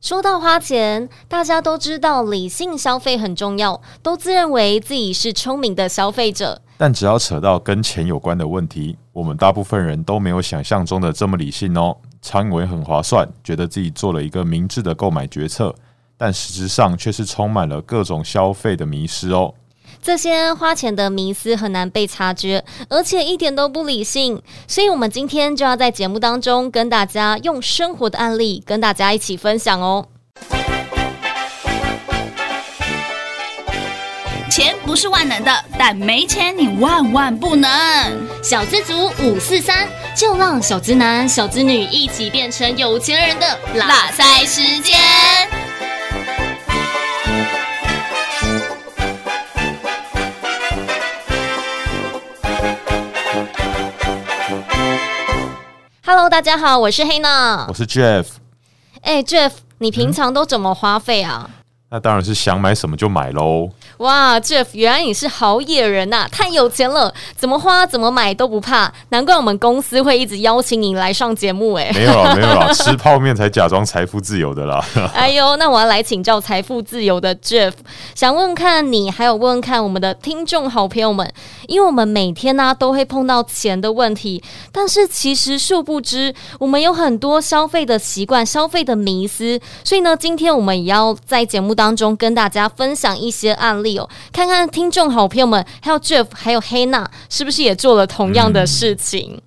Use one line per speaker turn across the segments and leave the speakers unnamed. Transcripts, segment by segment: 说到花钱，大家都知道理性消费很重要，都自认为自己是聪明的消费者。
但只要扯到跟钱有关的问题，我们大部分人都没有想象中的这么理性哦。常以为很划算，觉得自己做了一个明智的购买决策，但实质上却是充满了各种消费的迷失哦。
这些花钱的迷思很难被察觉，而且一点都不理性。所以，我们今天就要在节目当中跟大家用生活的案例跟大家一起分享哦。
钱不是万能的，但没钱你万万不能。
小资族五四三，就让小资男、小资女一起变成有钱人的
拉塞时间，
Hello，大家好，我是黑娜
我。是 Jeff，
哎、j e f f 你平常都怎么花费啊？
那当然是想买什么就买喽。
哇，Jeff，原来你是好野人呐、太有钱了，怎么花怎么买都不怕，难怪我们公司会一直邀请你来上节目哎、
没有啦，没有啦，吃泡面才假装财富自由的啦。
哎呦，那我要来请教财富自由的 Jeff，想问问看你，还有问问看我们的听众好朋友们，因为我们每天呢、都会碰到钱的问题，但是其实殊不知，我们有很多消费的习惯、消费的迷思，所以呢，今天我们也要在节目当中跟大家分享一些案例哦，看看听众好朋友们，还有 Jeff，还有黑娜，是不是也做了同样的事情？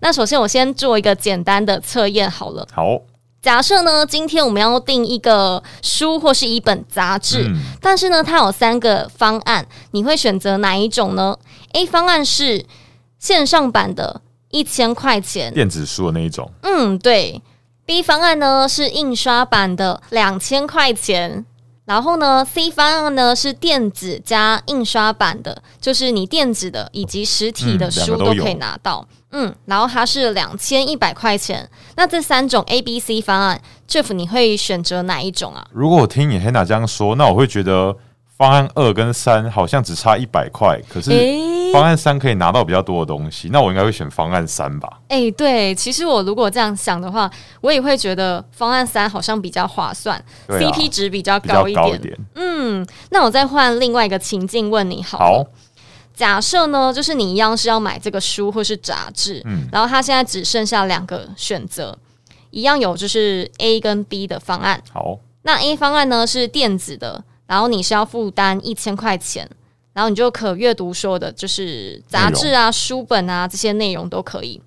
那首先，我先做一个简单的测验好了。
好，
假设呢，今天我们要定一个书或是一本杂志，
嗯
但是呢，它有三个方案，你会选择哪一种呢？A 方案是线上版的，一千块钱，
电子书的那一种，
嗯，对。B 方案呢是印刷版的，两千块钱。然后呢，C 方案呢是电子加印刷版的，就是你电子的以及实体的
嗯两
书
个都
都可以
有
拿到。嗯，然后它是两千一百块钱。那这三种 A、B、C 方案，Jeff 你会选择哪一种啊？
如果我听你黑娜这样说，那我会觉得方案二跟三好像只差一百块，可是
诶
方案三可以拿到比较多的东西，那我应该会选方案三吧。
诶，对，其实我如果这样想的话，我也会觉得方案三好像比较划算、
对
c
啊
p 值比较
比较
高一
高一
点。
点。
嗯，那我再换另外一个情境问你好了
好，
假设呢，就是你一样是要买这个书或是杂志，
嗯
然后它现在只剩下两个选择，一样有就是 A 跟 B 的方案。
好，
那 A 方案呢是电子的，然后你是要负担一千块钱，然后你就可阅读所有的就是杂志啊、书本啊这些内容都可以。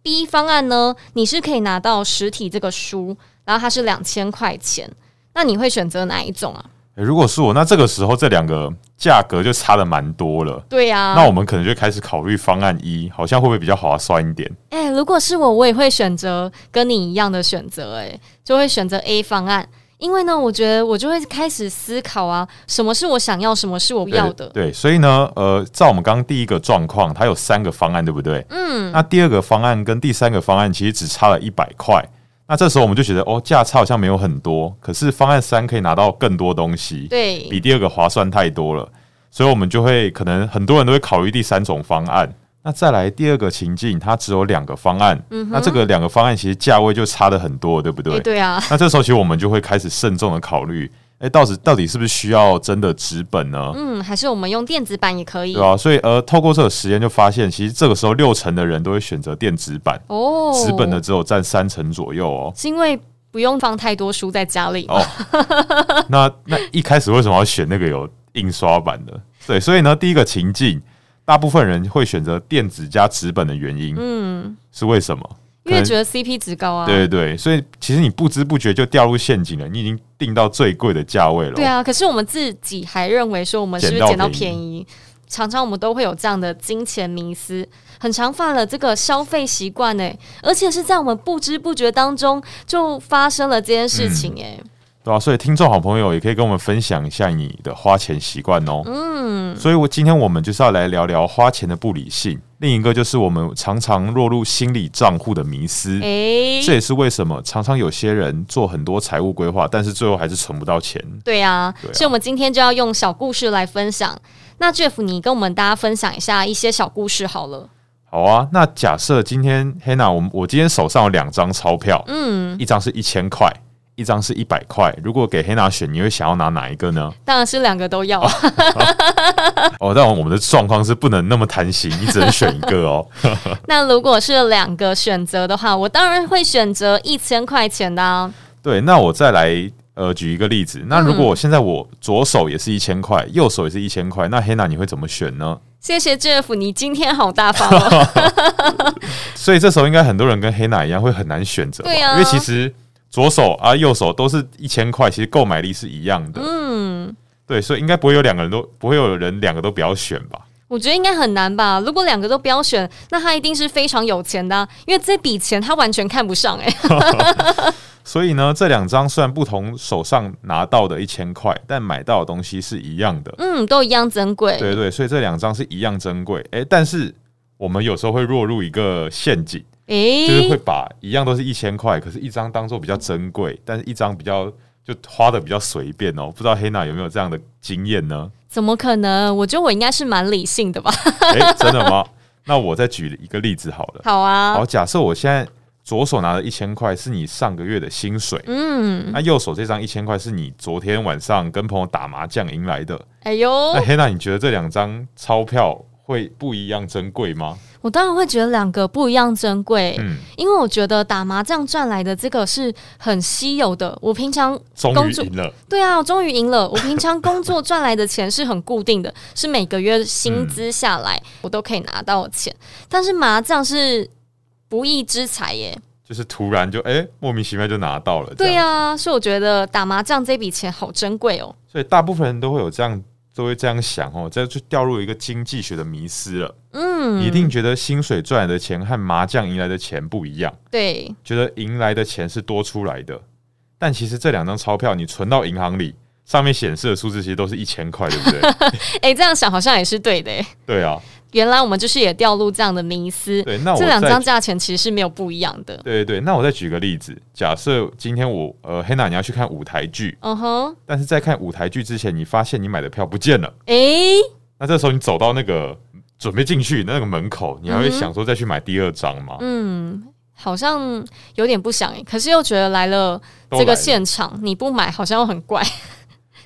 B 方案呢，你是可以拿到实体这个书，然后它是两千块钱。那你会选择哪一种啊？
诶如果是我，那这个时候这两个价格就差的蛮多了。
对啊呀、
那我们可能就开始考虑方案一，好像会不会比较划算一点？
哎、如果是我，我也会选择跟你一样的选择，哎，就会选择 A 方案，因为呢，我觉得我就会开始思考啊，什么是我想要，什么是我
对
要的，
对，所以呢，呃，照我们刚刚第一个状况，它有三个方案，对不对？嗯。那第二个方案跟第三个方案其实只差了一百块。那这时候我们就觉得，哦，价差好像没有很多，可是方案三可以拿到更多东西，
对
比第二个划算太多了。所以我们就会可能很多人都会考虑第三种方案。那再来第二个情境，它只有两个方案，那这个两个方案其实价位就差的很多，对不对？
哎、嗯对啊，
那这时候其实我们就会开始慎重的考虑，哎、到底到底是不是需要真的纸本呢？
嗯，还是我们用电子版也可以
对啊，所以呃，透过这个实验就发现，其实这个时候六成的人都会选择电子版，
哦，
纸本的只有占三成左右哦。
是因为不用放太多书在家里嘛，
哦，那那一开始为什么要选那个有印刷版的？对，所以呢，第一个情境，大部分人会选择电子加纸本的原因，嗯，是为什么？
因为
可能
觉得 CP 值高啊，
对对对，所以其实你不知不觉就掉入陷阱了，你已经定到最贵的价位了。
对啊，可是我们自己还认为说我们是不是捡
捡
到
到
便
便
宜？常常我们都会有这样的金钱迷思，很常犯了这个消费习惯哎，而且是在我们不知不觉当中就发生了这件事情哎、
对啊，所以听众好朋友也可以跟我们分享一下你的花钱习惯哦。嗯，所以我今天我们就是要来聊聊花钱的不理性，另一个就是我们常常落入心理账户的迷思。
诶，
这也嗯是为什么常常有些人做很多财务规划，但是最后还是存不到钱。
对啊，
对啊
所以我们今天就要用小故事来分享。那 Jeff，你跟我们大家分享一下一些小故事好了。
好啊，那假设今天 Hannah，我们我今天手上有两张钞票，
嗯，
一张是一千块，一张是一百块，如果给黑娜选，你会想要拿哪一个呢？
当然是两个都要。
哦，但我们的状况是不能那么贪心，你只能选一个哦。
那如果是两个选择的话，我当然会选择一千块钱的、啊。
对，那我再来呃举一个例子，那如果现在我左手也是一千块，右手也是一千块，那黑娜你会怎么选呢？
谢谢 Jeff，你今天好大方哦。
所以这时候应该很多人跟黑娜一样会很难选择吧，
对啊
因为其实左手啊右手都是一千块，其实购买力是一样的，
嗯，
对，所以应该不会有两个人都不会有人两个都不要选吧？
我觉得应该很难吧。如果两个都不要选，那他一定是非常有钱的啊、因为这笔钱他完全看不上、欸诶，
所以呢，这两张虽然不同手上拿到的一千块，但买到的东西是一样的，
嗯，都一样珍贵。
对对，所以这两张是一样珍贵，诶，但是我们有时候会落入一个陷阱。
诶、
就是会把一样都是一千块，可是一张当做比较珍贵，但是一张比较就花的比较随便哦。不知道黑娜有没有这样的经 验呢？
怎么可能？我觉得我应该是蛮理性 的吧。
诶，真的吗？那我再举一个例子好了。
好啊
好，，假设我现在左手拿的一千块是你上个月的薪水，
嗯，
那右手这张一千块是你昨天晚上跟朋友打麻将赢来的。
哎呦，
那黑娜，你觉得这两张钞票会不一样珍贵吗？
我当然会觉得两个不一样珍贵，
嗯，
因为我觉得打麻将赚来的这个是很稀有的。我平常
终
公
于
主
赢了。
对啊，我终于赢了。我平常工作赚来的钱是很固定的，是每个月薪资下来
嗯
我都可以拿到的钱，但是麻将是。不义之财耶，
就是突然就哎、诶莫名其妙就拿到了，这
对
样
啊，所以我觉得打麻将这笔钱好珍贵哦。
所以大部分人都会有这样，都会这样想哦，这就掉入一个经济学的迷思了。
嗯，
你一定觉得薪水赚来的钱和麻将赢来的钱不一样，
对，
觉得赢来的钱是多出来的，但其实这两张钞票你存到银行里，上面显示的数字其实都是一千块，对不 对？
哎，这样想好像也是对的耶。
对啊，
原来我们就是也掉入这样的迷思，
对。那我
这两
再
张价钱其实是没有不一样的。
对对对，那我再举个例子，假设今天我呃黑娜你要去看舞台剧，
嗯哼，
但是在看舞台剧之前，你发现你买的票不见了。
诶，
那这时候你走到那个准备进去那个门口，你还会
嗯哼
想说再去买第二张吗？
嗯，好像有点不想诶，可是又觉得来了这
都来
个
了
现场，你不买好像又很怪。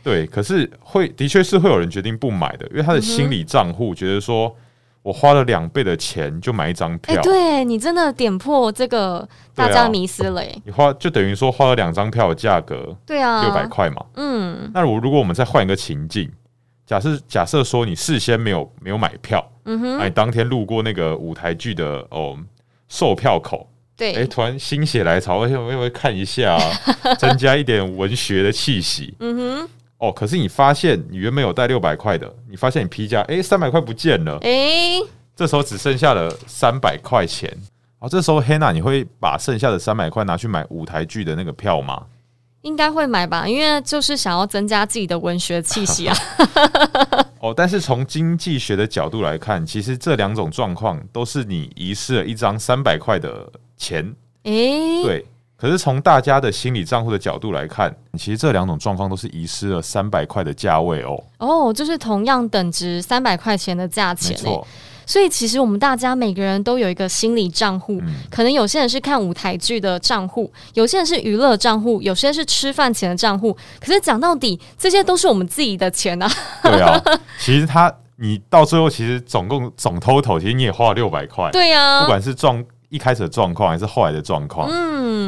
对，可是会的确是会有人决定不买的，因为他的心理账户觉得说。我花了两倍的钱就买一张
哎、
票，
对你真的点破这个大
对啊
家迷思了耶、
你花就等于说花了两张票的价格
对啊，
六百，块嘛。
嗯
那我如果我们再换一个情境，假设假设说你事先没有没有买票，
嗯
那
哼，
你当天路过那个舞台剧的哦售票口，
对，
哎、突然心血来潮，我想我也会看一 下、啊，增加一点文学的气息。
嗯哼，
哦，可是你发现你原本有带六百块的，你发现你皮夹哎三百块不见了，
哎、
这时候只剩下了三百块钱。哦，这时候 Hannah 你会把剩下的三百块拿去买舞台剧的那个票吗？
应该会买吧，因为就是想要增加自己的文学气息 啊。
哦，但是从经济学的角度来看，其实这两种状况都是你遗失了一张三百块的钱，
哎、
对。可是从大家的心理账户的角度来看，其实这两种状况都是遗失了三百块的价位哦。
哦，就是同样等值三百块钱的价
没
钱、欸，
错，
所以其实我们大家每个人都有一个心理账户，
嗯
可能有些人是看舞台剧的账户，有些人是娱乐账户，有些人是吃饭钱的账户。可是讲到底，这些都是我们自己的钱啊。
对啊， 其实他你到最后其实总共总 total，其实你也花了六百块，
对
不
啊，
管是状一开始的状况还是后来的状况，
嗯。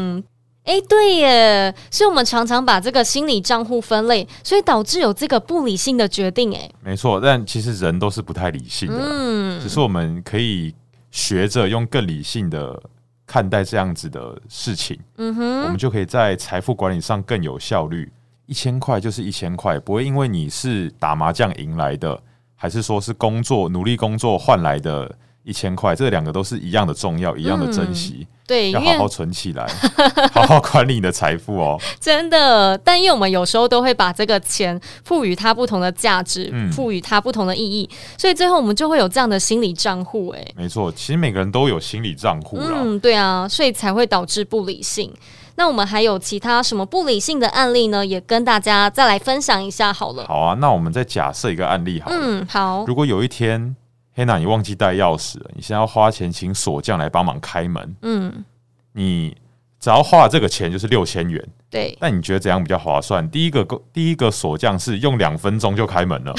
诶，对耶，所以我们常常把这个心理账户分类，所以导致有这个不理性的决定。诶，
没错。但其实人都是不太理性的，
嗯
只，是我们可以学着用更理性的看待这样子的事情，
嗯
我
哼，
们就可以在财富管理上更有效率。一千块就是一千块，不会因为你是打麻将赢来的，还是说是工作努力工作换来的一千块，这两个都是一样的重要，一样的珍惜。
对，因
要好
为
好存起来， 好好管理你的财富哦。
真的，但因为我们有时候都会把这个钱赋予它不同的价值，
嗯
赋予它不同的意义，所以最后我们就会有这样的心理账户、诶。
没错，其实每个人都有心理账户啦。
嗯，对啊，所以才会导致不理性。那我们还有其他什么不理性的案例呢？也跟大家再来分享一下好了。
好啊，那我们再假设一个案例好了。
嗯，好，
如果有一天，黑娜你忘记带钥匙了，你现在要花钱请锁匠来帮忙开门，
嗯，
你只要花这个钱就是六千元。
对，
那你觉得怎样比较划算？第一个勾第一个锁匠是用两分钟就 开门了，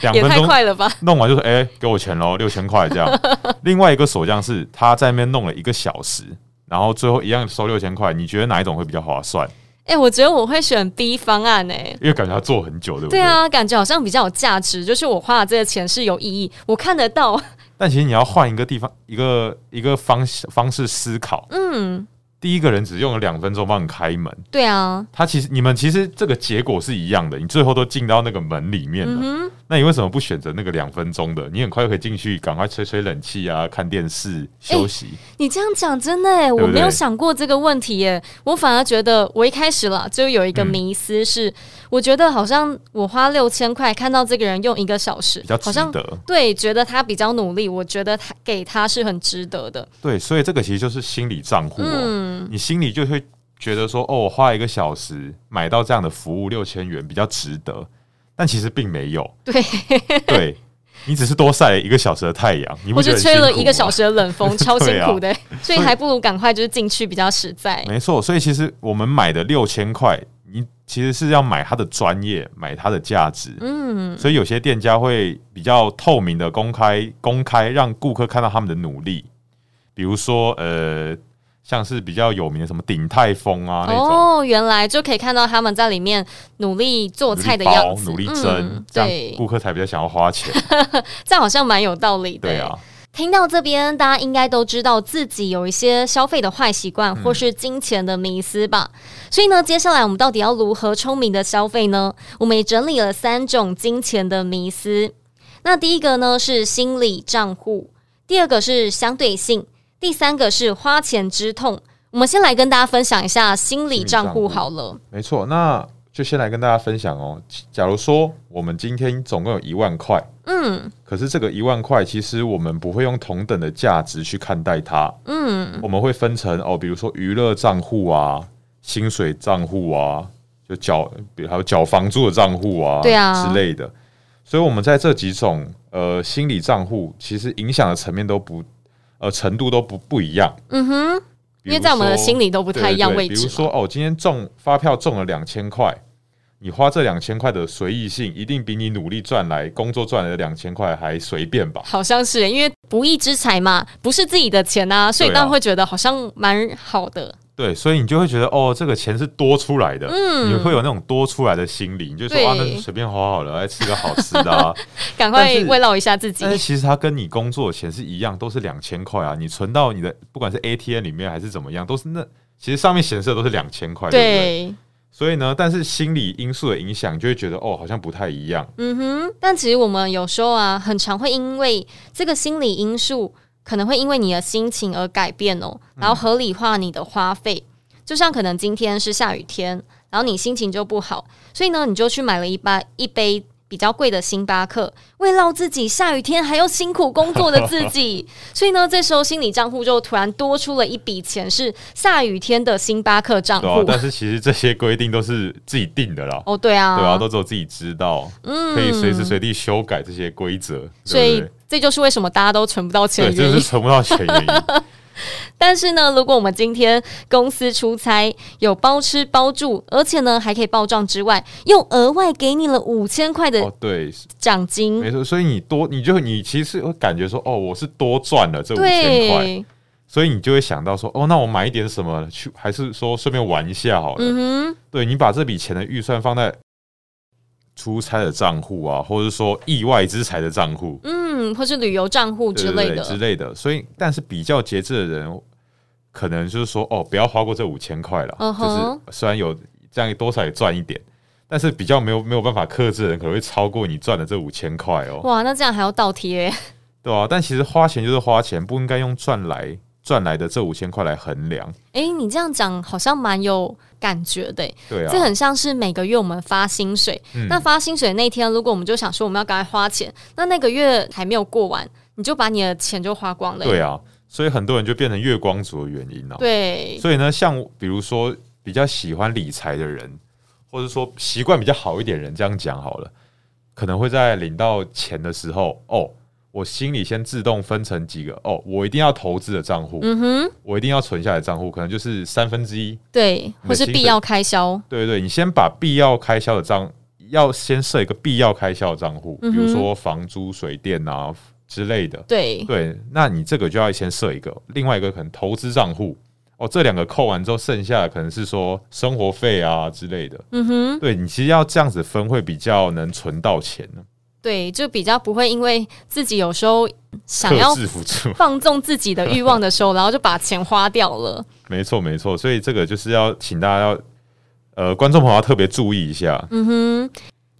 两
也
分
太
钟
快了吧？
弄完就说：“哎、给我钱喽，六千块 这样。”另外一个锁匠是他在那边弄了一个小时，然后最后一样收六千块。你觉得哪一种会比较划算？
哎、我觉得我会选 B 方案哎、
因为感觉他做很久，对不
对啊，感觉好像比较有价值，就是我花的这个钱是有意义，我看得到。
但其实你要换一个地方，一个一个方式方式思考。
嗯，
第一个人只用了两分钟帮你开门，
对啊，
他其实你们其实这个结果是一样的，你最后都进到那个门里面了。
嗯哼，
那你为什么不选择那个两分钟的？你很快就可以进去，赶快吹吹冷气啊，看电视休息。
你这样讲真的哎、
不对
我没有想过这个问题耶、我反而觉得我一开始啦就有一个迷思是，我觉得好像我花六千块看到这个人用一个小时
比较，
好
值
像
得，
对，觉得他比较努力，我觉得他给他是很值得 的。
对，所以这个其实就是心理账户、哦，
嗯，
你心里就会觉得说，哦，我花一个小时买到这样的服务六千元比较值得，但其实并没有，
对，
对你只是多晒了一个小时的太阳，你不
我
觉
就
得很
吹了
辛苦
一个
吗
小时的冷 风，超辛苦的、所以
所以
还不如赶快就是进去比较实在。
没错，所以其实我们买的六千块，你其实是要买它的专业，买它的价值。
嗯，
所以有些店家会比较透明的公开公开，让顾客看到他们的努力。比如说，呃，像是比较有名的什么鼎泰丰啊那种，
哦，原来就可以看到他们在里面努力做
努
哦
力
菜的
包
样子，
努力蒸，
嗯、
这
对
样顾，客才比较想要花钱。
这样好像蛮有道理的。
对啊，
听到这边，大家应该都知道自己有一些消费的坏习惯，
嗯
或是金钱的迷思吧。所以呢，接下来我们到底要如何聪明的消费呢？我们也整理了三种金钱的迷思。那第一个呢是心理账户，第二个是相对性，第三个是花钱之痛。我们先来跟大家分享一下心理账户好了。
没错。那就先来跟大家分享哦。假如说我们今天总共有一万块，
嗯
可是这个一万块，其实我们不会用同等的价值去看待它，
嗯，
我们会分成哦，比如说娱乐账户啊、薪水账户啊，就缴，比如还有缴房租的账户啊，
对啊
之类的。所以，我们在这几种呃心理账户，其实影响的层面都不呃程度都不不一样。
嗯哼，因为在我们的心里都不
不
太一样位置
比如
嘛
说哦，今天中发票中了两千块。你花这两千块的随意性，一定比你努力赚来、工作赚来的两千块还随便吧？
好像是耶因为不义之财嘛，不是自己的钱呐、所以
对啊
当然会觉得好像蛮好的。
对，所以你就会觉得哦，这个钱是多出来的，
嗯
你会有那种多出来的心理，你就说
对
啊，那就随便花好了，来吃个好吃的 啊。
赶快
但是
慰劳一下自己
但。是其实它跟你工作的钱是一样，都是两千块啊，你存到你的不管是 ATM 里面还是怎么样，都是那其实上面显示的都是两千块，对不对？
对，
所以呢，但是心理因素的影响，你就会觉得哦，好像不太一样。
嗯哼。但其实我们有时候啊，很常会因为这个心理因素，可能会因为你的心情而改变哦，
嗯
然后合理化你的花费。就像可能今天是下雨天，然后你心情就不好，所以呢，你就去买了一杯一杯比较贵的星巴克，慰劳自己下雨天还要辛苦工作的自 己。所以呢，这时候心理账户就突然多出了一笔钱，是下雨天的星巴克账户
对啊，。但是其实这些规定都是自己定的啦，
哦，对啊，
对啊，都只有自己知道，
嗯
可以随时随地修改这些规则，
所
对
以
不
这就是为什么大家都存不到钱
对？
的
对，这
原
就是
因。
存不到钱的原因。
但是呢，如果我们今天公司出差有包吃包住，而且呢还可以报账之外，又额外给你了五千块的
哦，对，
奖金，
没错，所以你多，你就你其实会感觉说，哦，我是多赚了这五千块，
对，
所以你就会想到说，哦，那我买一点什么去，还是说顺便玩一下好了。
嗯哼，
对你把这笔钱的预算放在出差的账户啊，或者说意外之财的账户
嗯，或是旅游账户
对
之
对
类
对
的，
之类的。所以，但是比较节制的人，可能就是说，哦，不要花过这五千块了
嗯哼
就是虽然有这样多少也赚一点。但是比较没有没有办法克制的人，可能会超过你赚的这五千块哦。
哇，那这样还要倒贴，
对啊，但其实花钱就是花钱，不应该用赚来赚来的这五千块来衡量。
诶，你这样讲好像蛮有感觉的、欸
对啊，
这很像是每个月我们发薪水，
嗯
那发薪水那天，如果我们就想说我们要赶快花钱，那那个月还没有过完，你就把你的钱就花光了、欸
对啊，所以很多人就变成月光族的原因啊。
对，
所以呢，像我比如说比较喜欢理财的人，或者说习惯比较好一点的人，这样讲好了，可能会在领到钱的时候，哦，我心里先自动分成几个哦，我一定要投资的账户，
嗯哼，
我一定要存下来的账户，可能就是三分之一。
对，
你的
或是
薪水
必要开销，
对对，你先把必要开销的账，要先设一个必要开销的账户，比如
嗯哼
说房租、水电啊之类的。
对，
对，那你这个就要先设一个，另外一个可能投资账户。哦，这两个扣完之后，剩下的可能是说生活费啊之类的。
嗯哼，
对你其实要这样子分，会比较能存到钱呢，
对，就比较不会因为自己有时候想
克
要
制不住。
放纵自己的欲望的时候，然后就把钱花掉了。
没错，没错，所以这个就是要请大家要，呃，观众朋友要特别注意一下。
嗯哼，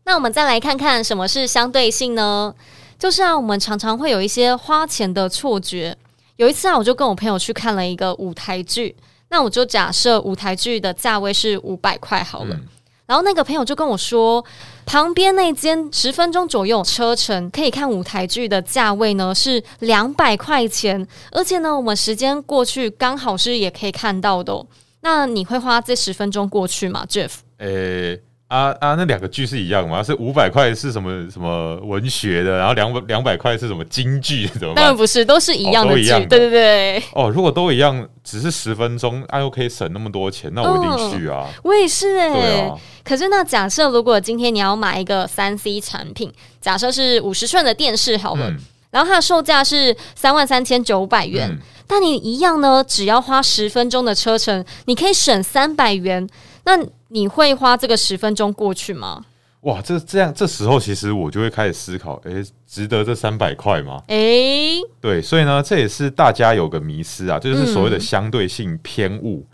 那我们再来看看什么是相对性呢？就是啊，我们常常会有一些花钱的错觉。有一次啊，我就跟我朋友去看了一个舞台剧，那我就假设舞台剧的价位是五百块好了。
嗯
然后那个朋友就跟我说，旁边那间十分钟左右车程可以看舞台剧的价位呢是两百块钱，而且呢，我们时间过去刚好是也可以看到的哦、那你会花这十分钟过去吗，Jeff？
诶、啊啊，那两个剧是一样吗？是五百块是什么什么文学的，然后两百两百块是什么京剧，怎么
当然
办？
不是，都是一样的
哦都
剧，
一样的
对对对，
哦，如果都一样，只是十分钟，哎、又可以省那么多钱，那我一定去啊！
我也是哎、
对啊，
可是那假设如果今天你要买一个三 C 产品，假设是五十寸的电视好了，
嗯
然后它的售价是三万三千九百元，
嗯
但你一样呢，只要花十分钟的车程，你可以省三百元，那你会花这个十分钟过去吗？
哇，这这样这时候其实我就会开始思考，诶、值得这三百块吗？
诶、
对，所以呢，这也是大家有个迷失啊，这就是所谓的
嗯
相对性偏误。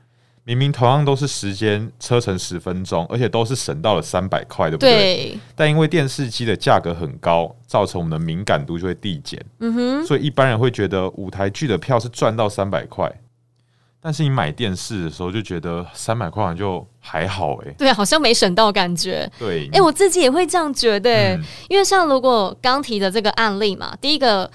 明明同样都是时间车程十分钟，而且都是省到了三百块，对不对？
对，
但因为电视机的价格很高，造成我们的敏感度就会递减，
嗯哼，
所以一般人会觉得舞台剧的票是赚到三百块，但是你买电视的时候就觉得三百块好像就还好诶、
对，好像没省到感觉。
对，
诶、我自己也会这样觉得、欸
嗯
因为像如果刚提的这个案例嘛，第一个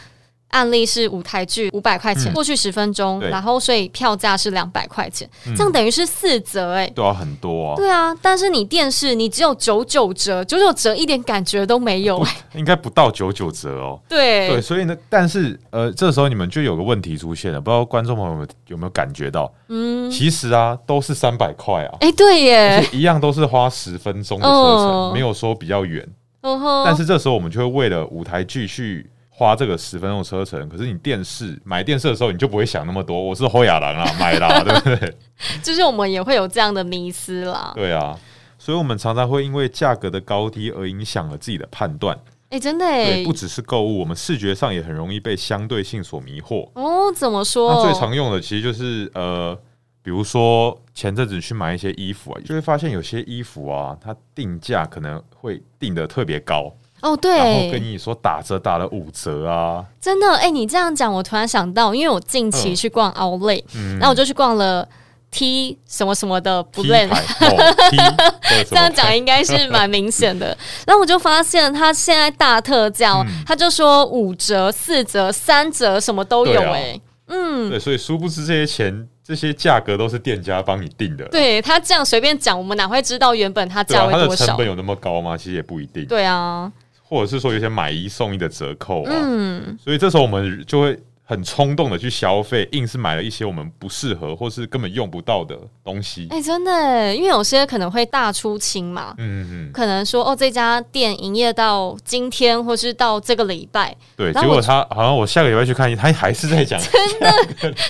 案例是舞台剧五百块钱、
嗯
过去十分钟，
对
然后所以票价是两百块钱，
嗯
这样等于是四折哎、
对啊，很多啊，
对啊，但是你电视你只有九九折，九九折一点感觉都没有、欸。
应该不到九九折哦。
对，
对，所以呢，但是呃，这时候你们就有个问题出现了，不知道观众朋友们有没有感觉到？
嗯，
其实啊，都是三百块啊，
哎、对
而
耶，
且一样都是花十分钟的车程，
哦
没有说比较远。
哦吼，
但是这时候我们就会为了舞台剧去花这个十分钟的车程，可是你电视买电视的时候，你就不会想那么多。我是侯亚郎啊，买啦， 对不对？
就是我们也会有这样的迷思啦。
对啊。所以，我们常常会因为价格的高低而影响了自己的判断。
哎、真的
对，
哎、
不只是购物，我们视觉上也很容易被相对性所迷惑。
哦，怎么
那
说？
最常用的其实就是呃，比如说前阵子去买一些衣服啊，就会发现有些衣服啊，它定价可能会定的特别高，
哦，
然后跟
对，
你说打折打了五折啊，
真的哎、你这样讲，我突然想到，因为我近期
嗯
去逛 Outlet，、
嗯，
然后我就去逛了 T 什么什么的
T
Blend，
牌哦 T 或者什
这样
么
讲应该是蛮明显的。 然后我就发现它现在大特价哦，
嗯
他就说五折、四折、三折，什么都有
对啊
哎、嗯，
对，所以殊不知这些钱这些价格都是店家帮你定的，
对他这样随便讲，我们哪会知道原本它
对
价
啊，
位
它的
多少
成？本有那么高吗？其实也不一定，
对啊，
或者是说有些买一送一的折扣啊，
嗯，
所以这时候我们就会很冲动的去消费，硬是买了一些我们不适合或是根本用不到的东西。
哎、真的欸，因为有些可能会大出清嘛，
嗯嗯，嗯，
可能说哦，这家店营业到今天，或是到这个礼拜，
对。
然
结
后
果
我
他好像我下个礼拜去看，他还是在讲，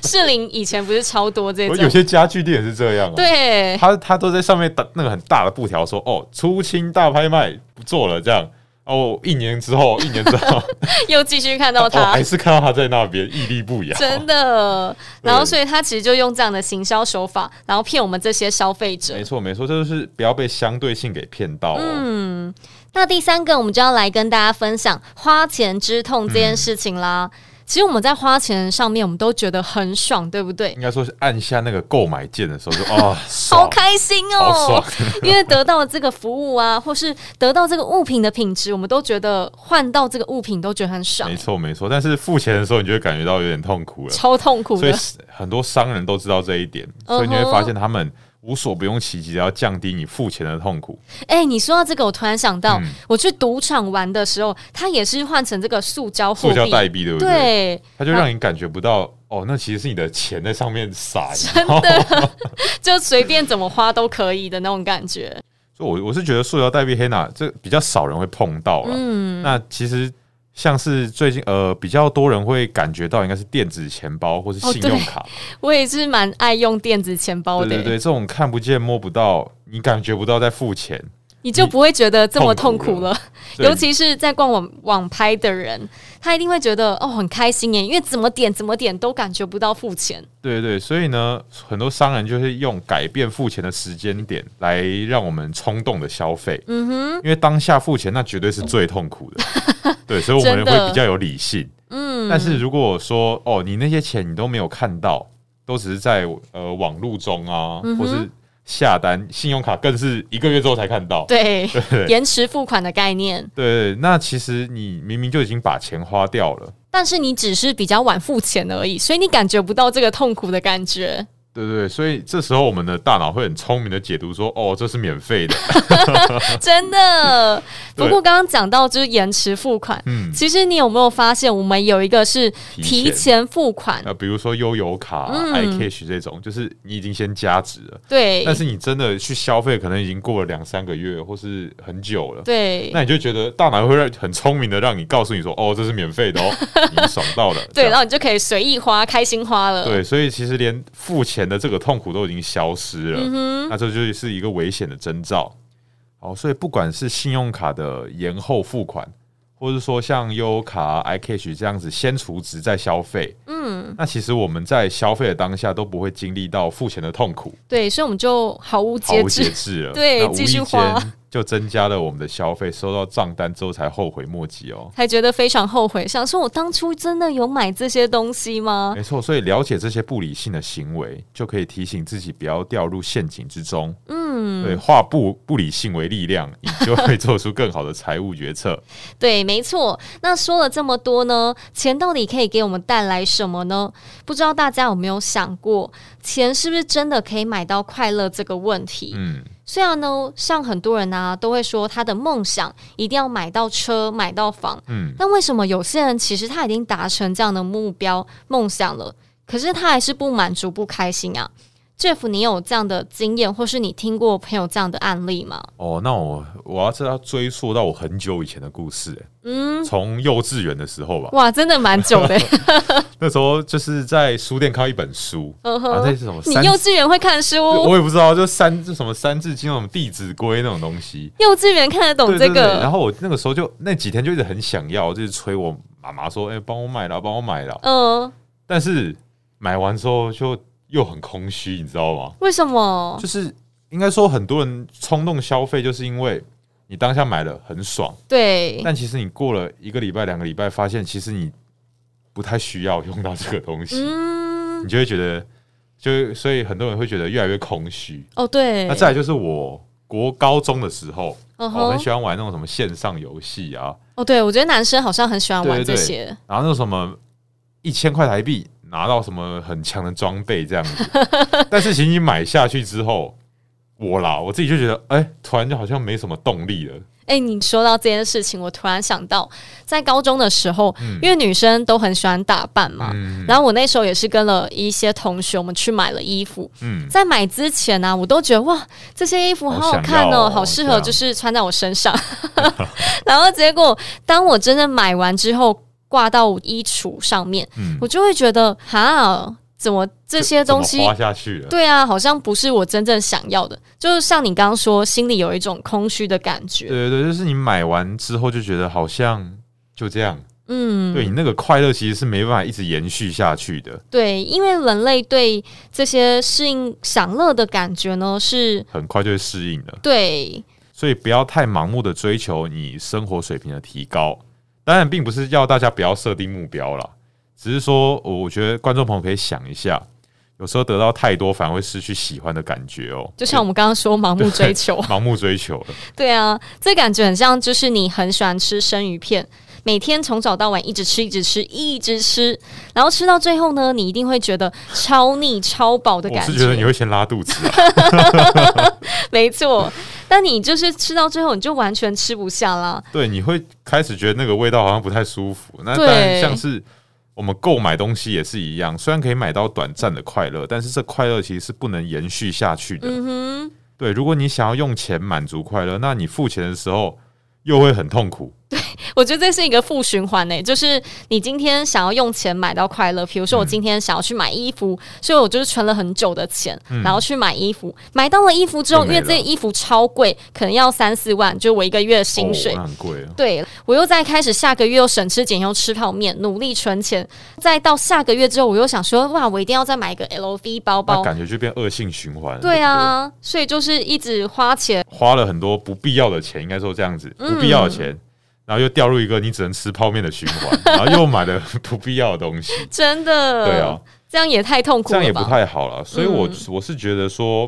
士林以前不是超多这
我
种
有，些家具店也是这样、啊。，
对，
他他都在上面打那个很大的布条说，哦，出清大拍卖不做了这样。哦，一年之后，一年之后，
又继续看 到
我、
它
还。是看到他在那边屹立不摇。
真的，
对
然后所以他其实就用这样的行销手法，然后骗我们这些消费者
没。错没错，这就是不要被相对性给骗到哦。
嗯，那第三个我们就要来跟大家分享花钱之痛这件
嗯
事情啦。其实我们在花钱上面，我们都觉得很爽，对不对
应？该说是按下那个购买键的时候就啊，
好
嗯爽
开心
好
哦
爽！
因为得到这个服务啊，或是得到这个物品的品质，我们都觉得换到这个物品都觉得很爽
没，错没错，但是付钱的时候，你就会感觉到有点痛苦了。嗯
超痛苦
所以
的。
很多商人都知道这一点，所以你会发现他们无所不用其极的要降低你付钱的痛苦。
哎、你说到这个，我突然想到，
嗯
我去赌场玩的时候，它也是换成这个塑胶货
塑
币，
胶代币，对不对？
对，
它就让你感觉不到哦，那其实是你的钱在上面撒。你知道
真
吗
的就随便怎么花都可以的那种感觉。
所以我我是觉得塑胶代币黑娜这比较少人会碰到了。
嗯，
那其实像是最近呃比较多人会感觉到应该是电子钱包或是
哦
信
对
用卡，
我也是蛮爱用电子钱包的、
哦对对对，这种看不见摸不到，你感觉不到在付钱，
你就不会觉得这么痛
痛苦
苦了。
对
尤其是在逛网网拍的人，他一定会觉得哦很开心耶，因为怎么点怎么点都感觉不到付钱。
对对，所以呢，很多商人就是用改变付钱的时间点来让我们冲动的消费。嗯哼，因为当下付钱那绝对是最痛苦的，对，所以我们
真的
会比较有理性。嗯，但是如果说哦，你那些钱你都没有看到，都只是在呃网络中啊，或是下单，信用卡更是一个月之后才看到。
对，延迟付款的概念，
对，那其实你明明就已经把钱花掉了。
但是你只是比较晚付钱而已，所以你感觉不到这个痛苦的感觉。
对对，对所以这时候我们的大脑会很聪明的解读说，哦，这是免费的，
真的。
对
不过刚刚讲到就是延迟付款，
嗯，
其实你有没有发现，我们有一个是
提
提前付款？
呃，比如说悠游卡、啊
嗯
iCash 这种，就是你已经先加值了，
对，
但是你真的去消费，可能已经过了两三个月或是很久了。
对
那你就觉得大脑会让很聪明的让你告诉你说，哦，这是免费 的哦，你爽到了。
对，
这
然
样
后你就可以随意花，开心花了。
对，所以其实连付钱的这个痛苦都已经消失
嗯
了，那这就是一个危险的征兆。好，所以不管是信用卡的延后付款，或是说像悠游卡、iCash 啊这样子先储值再消费，嗯，那其实我们在消费的当下都不会经历到付钱的痛苦，
对，所以我们就毫无
毫
节
无
制
节。制了，
对
那无意
继续花
间就增加了我们的消费，收到账单之后才后悔莫及哦。
才觉得非常后悔，想说我当初真的有买这些东西吗？
没错，所以了解这些不理性的行为，就可以提醒自己不要掉入陷阱之中。嗯，对，化不不理性为力量，你就会做出更好的财务 决策。
对，没错。那说了这么多呢，钱到底可以给我们带来什么呢？不知道大家有没有想过，钱是不是真的可以买到快乐这个问题？
嗯，
虽然呢，像很多人啊都会说他的梦想一定要买到车、买到房，
嗯，
但为什么有些人其实他已经达成这样的目标、梦想了，可是他还是不满足、不开心啊？Jeff，你有这样的经验，或是你听过朋友这样的案例吗？
哦，那我我要知道追溯到我很久以前的故事、嗯，从幼稚园的时候吧，
哇，真的蛮久的。欸
那时候就是在书店看到一本书，
嗯哼
啊，那是什么
你
三
幼稚园会看书，
我也不知道，就三就什么三字经、那种《弟子规》那种东西。
幼稚园看得懂
对
这
对对然
个？
后我那个时候就那几天就一直很想要，就是催我妈妈说：“哎、帮我买了，帮我买了。”
嗯，
但是买完之后就又很空虚，你知道吗？
为什么？
就是应该说很多人冲动消费，就是因为你当下买了很爽，
对，
但其实你过了一个礼拜、两个礼拜，发现其实你不太需要用到这个东西，
嗯，
你就会觉得，就所以很多人会觉得越来越空虚。
哦，对
那，再来就是我国高中的时候，
嗯
我很
哼，
喜欢玩那种什么线上游戏啊，
哦，对，我觉得男生好像很喜欢玩
对
这
对对
些。
然后那种什么一千块台币拿到什么很强的装备这样子， 但是其实你买下去之后，我啦我自己就觉得，哎、突然就好像没什么动力了。
哎、你说到这件事情，我突然想到，在高中的时候，因为女生都很喜欢打扮嘛，
嗯
然后我那时候也是跟了一些同学，我们去买了衣服。
嗯，
在买之前啊呢、我都觉得哇，这些衣服好好看
好想要
哦，
哦
好适
这
合
样
就是穿在我身上。 然后结果，当我真正买完之后，挂到我衣橱上面，
嗯
我就会觉得哈，怎么这些东
怎
西
么花下去了。
对啊，好像不是我真正想要的。就是像你刚刚说，心里有一种空虚的感觉。
对对对，就是你买完之后就觉得好像就这样，
嗯，
对你那个快乐其实是没办法一直延续下去的，
对，因为人类对这些适应享乐的感觉呢，是
很快就会适应的。
对，
所以不要太盲目的追求你生活水平的提高。当然，并不是要大家不要设定目标啦，只是说，呃我我觉得观众朋友可以想一下，有时候得到太多反而会失去喜欢的感觉哦、
就像我们刚刚说盲目追求
对，盲目追求了，
对啊，这感觉很像就是你很喜欢吃生鱼片。每天从早到晚一直吃，一直吃，一直吃，然后吃到最后呢，你一定会觉得超腻、超饱的
我
感
是觉得你会先拉肚子啊、
没错。但你就是吃到最后，你就完全吃不下啦。
对，你会开始觉得那个味道好像不太舒服。那当
对
然，像是我们购买东西也是一样，虽然可以买到短暂的快乐，但是这快乐其实是不能延续下去的。
嗯哼，
对，如果你想要用钱满足快乐，那你付钱的时候又会很痛苦。
我觉得这是一个负循环呢、欸就是你今天想要用钱买到快乐，比如说我
嗯
今天想要去买衣服，所以我就是存了很久的钱，然后去买衣服，买到了衣服之后，
又
因
没
为这
嗯了
衣服超贵，可能要三四万，就我一个月薪水。
哦、那很贵啊。
对我又再开始下个月又省吃俭用吃泡面，努力存钱，再到下个月之后，我又想说哇，我一定要再买一个 LV 包
那
包。
啊感觉就变恶性循环。
对
不
啊，所以就是一直花钱，
对，花了很多不必要的钱，应该说这样子，
嗯
不必要的钱，然后又掉入一个你只能吃泡面的循 环，然后又买了不必要的东西。
真的。
对啊，
这样也太痛苦
这样也
了
不
吧？嗯
太好了。所以我，我、是觉得说，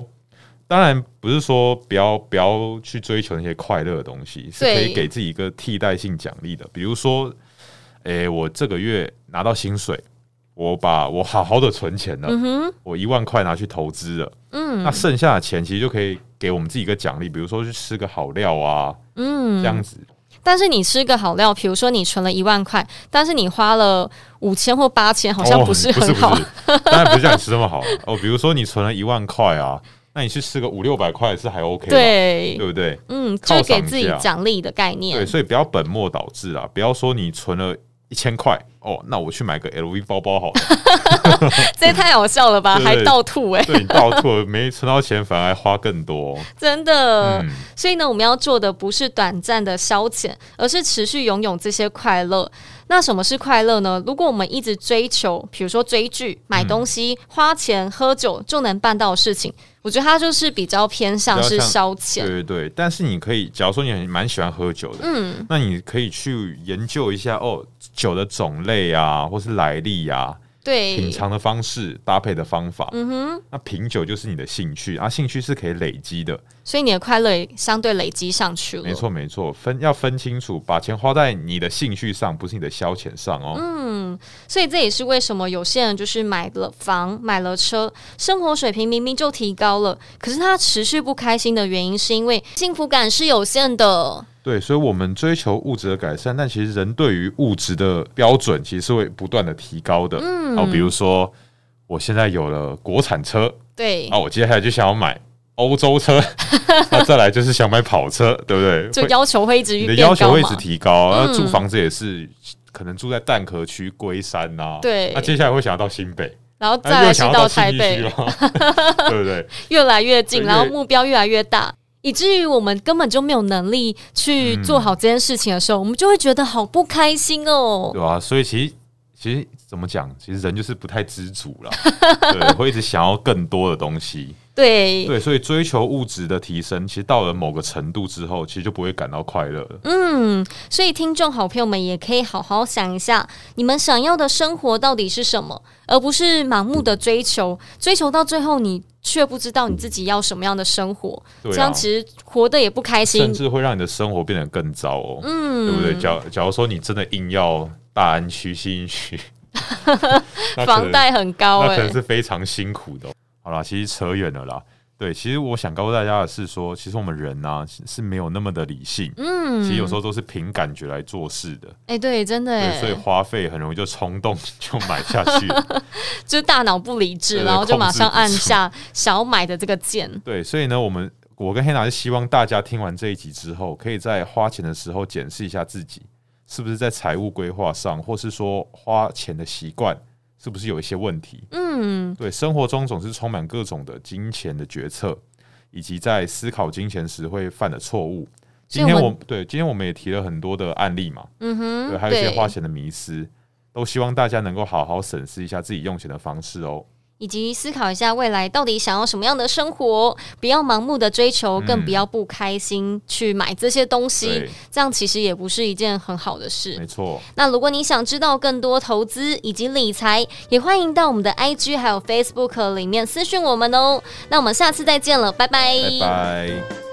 当然不是说不要不要去追求那些快乐的东西，是可以
对
给自己一个替代性奖励的。比如说，诶、我这个月拿到薪水，我把我好好的存钱了，我一万块拿去投资了，
嗯
那剩下的钱其实就可以给我们自己一个奖励，比如说去吃个好料啊，这
嗯，
样子。
但是你吃个好料，比如说你存了一万块，但是你花了五千或八千，好像
哦
不是
不是
很好。
不是当然不是叫你吃那么好哦。比如说你存了一万块啊，那你去吃个五六百块是还 OK 吧
对，
对不对？
嗯，就是给自己
犒赏一下
奖励的概念
对，。所以不要本末倒置啦，不要说你存了一千块哦，那我去买个 LV 包包好了，
这也太好笑了吧？
对
还倒吐哎、
对你到处了没存到钱，反而还花更多。
真的。
嗯，
所以呢，我们要做的不是短暂的消遣，而是持续拥有这些快乐。那什么是快乐呢？如果我们一直追求，比如说追剧、买东西、
嗯
花钱、喝酒就能办到的事情，我觉得它就是比较偏向
比
是
较像
消
对
遣。
对对。但是你可以，假如说你很蛮喜欢喝酒的，
嗯，
那你可以去研究一下哦，酒的种类啊，或是来历啊，品
对，
尝的方式、搭配的方法。
嗯哼，
那品酒就是你的兴趣啊，兴趣是可以累积的。
所以你的快乐也相对累积上去了。
没，错没错，分要分清楚，把钱花在你的兴趣上，不是你的消遣上哦。
所以这也是为什么有些人就是买了房、买了车，生活水平明明就提高了，可是他持续不开心的原因，是因为幸福感是有限的。
对，所以，我们追求物质的改善，但其实人对于物质的标准其实是会不断的提高的。嗯，哦，比如说，我现在有了国产车，
对
啊，，我接下来就想要买欧洲车， 那再来就是想买跑车，对不对？
就
会
要求会一直
你的
变
要求
高
会一
嘛
直。提高，那、
嗯
住房子也是，可能住在蛋壳区、龟山呐、
对
那接下来会想要到新北，
然后再
那
来
又
是
想要
到
信
台
义区
北，
了， 对不对？
越来越近，
对
然后
越
目标越来越大，以至于我们根本就没有能力去
嗯
做好这件事情的时候，我们就会觉得好不开心哦。
对啊，所以其实其实怎么讲，其实人就是不太知足了， 对，会一直想要更多的东西，
对，
对，所以追求物质的提升，其实到了某个程度之后，其实就不会感到快乐了。
嗯，所以听众好朋友们也可以好好想一下，你们想要的生活到底是什么，而不是盲目的追求，追求到最后你却不知道你自己要什么样的生活，
对啊
这样其实活得也不开
甚
心。
至会让你的生活变得更糟哦，
嗯，
对不对？假假如说你真的硬要大安区、新区， 那可能
房贷很高
那
哎、
可能是非常辛苦的哦、好啦，其实扯远了啦。对，其实我想告诉大家的是说，其实我们人呢、是是没有那么的理性，
嗯，
其实有时候都是凭感觉来做事的。
哎、对，真的
对，
哎、
所以花费很容易就冲动 就买下去了。
就是大脑不理智，
对对
然后就马上
控制
按
不住
下 想要买的这个键。
对，所以呢，我们我跟黑娜是希望大家听完这一集之后，可以在花钱的时候检视一下自己，是不是在财务规划上，或是说花钱的习惯，是不是有一些问题？
嗯，
对，生活中总是充满各种的金钱的决策，以及在思考金钱时会犯的错误。
所以
今天
我
我
们
们对今天我们也提了很多的案例嘛，
嗯哼，
对，还有一些花钱的迷思，都希望大家能够好好审视一下自己用钱的方式哦。
以及思考一下未来到底想要什么样的生活，不要盲目的追
嗯
求，更不要不开心去买这些东西，
对，
这样其实也不是一件很好的事
没。错。
那如果你想知道更多投资以及理财，也欢迎到我们的 IG 还有 Facebook 里面私讯我们哦。那我们下次再见了，拜
拜拜。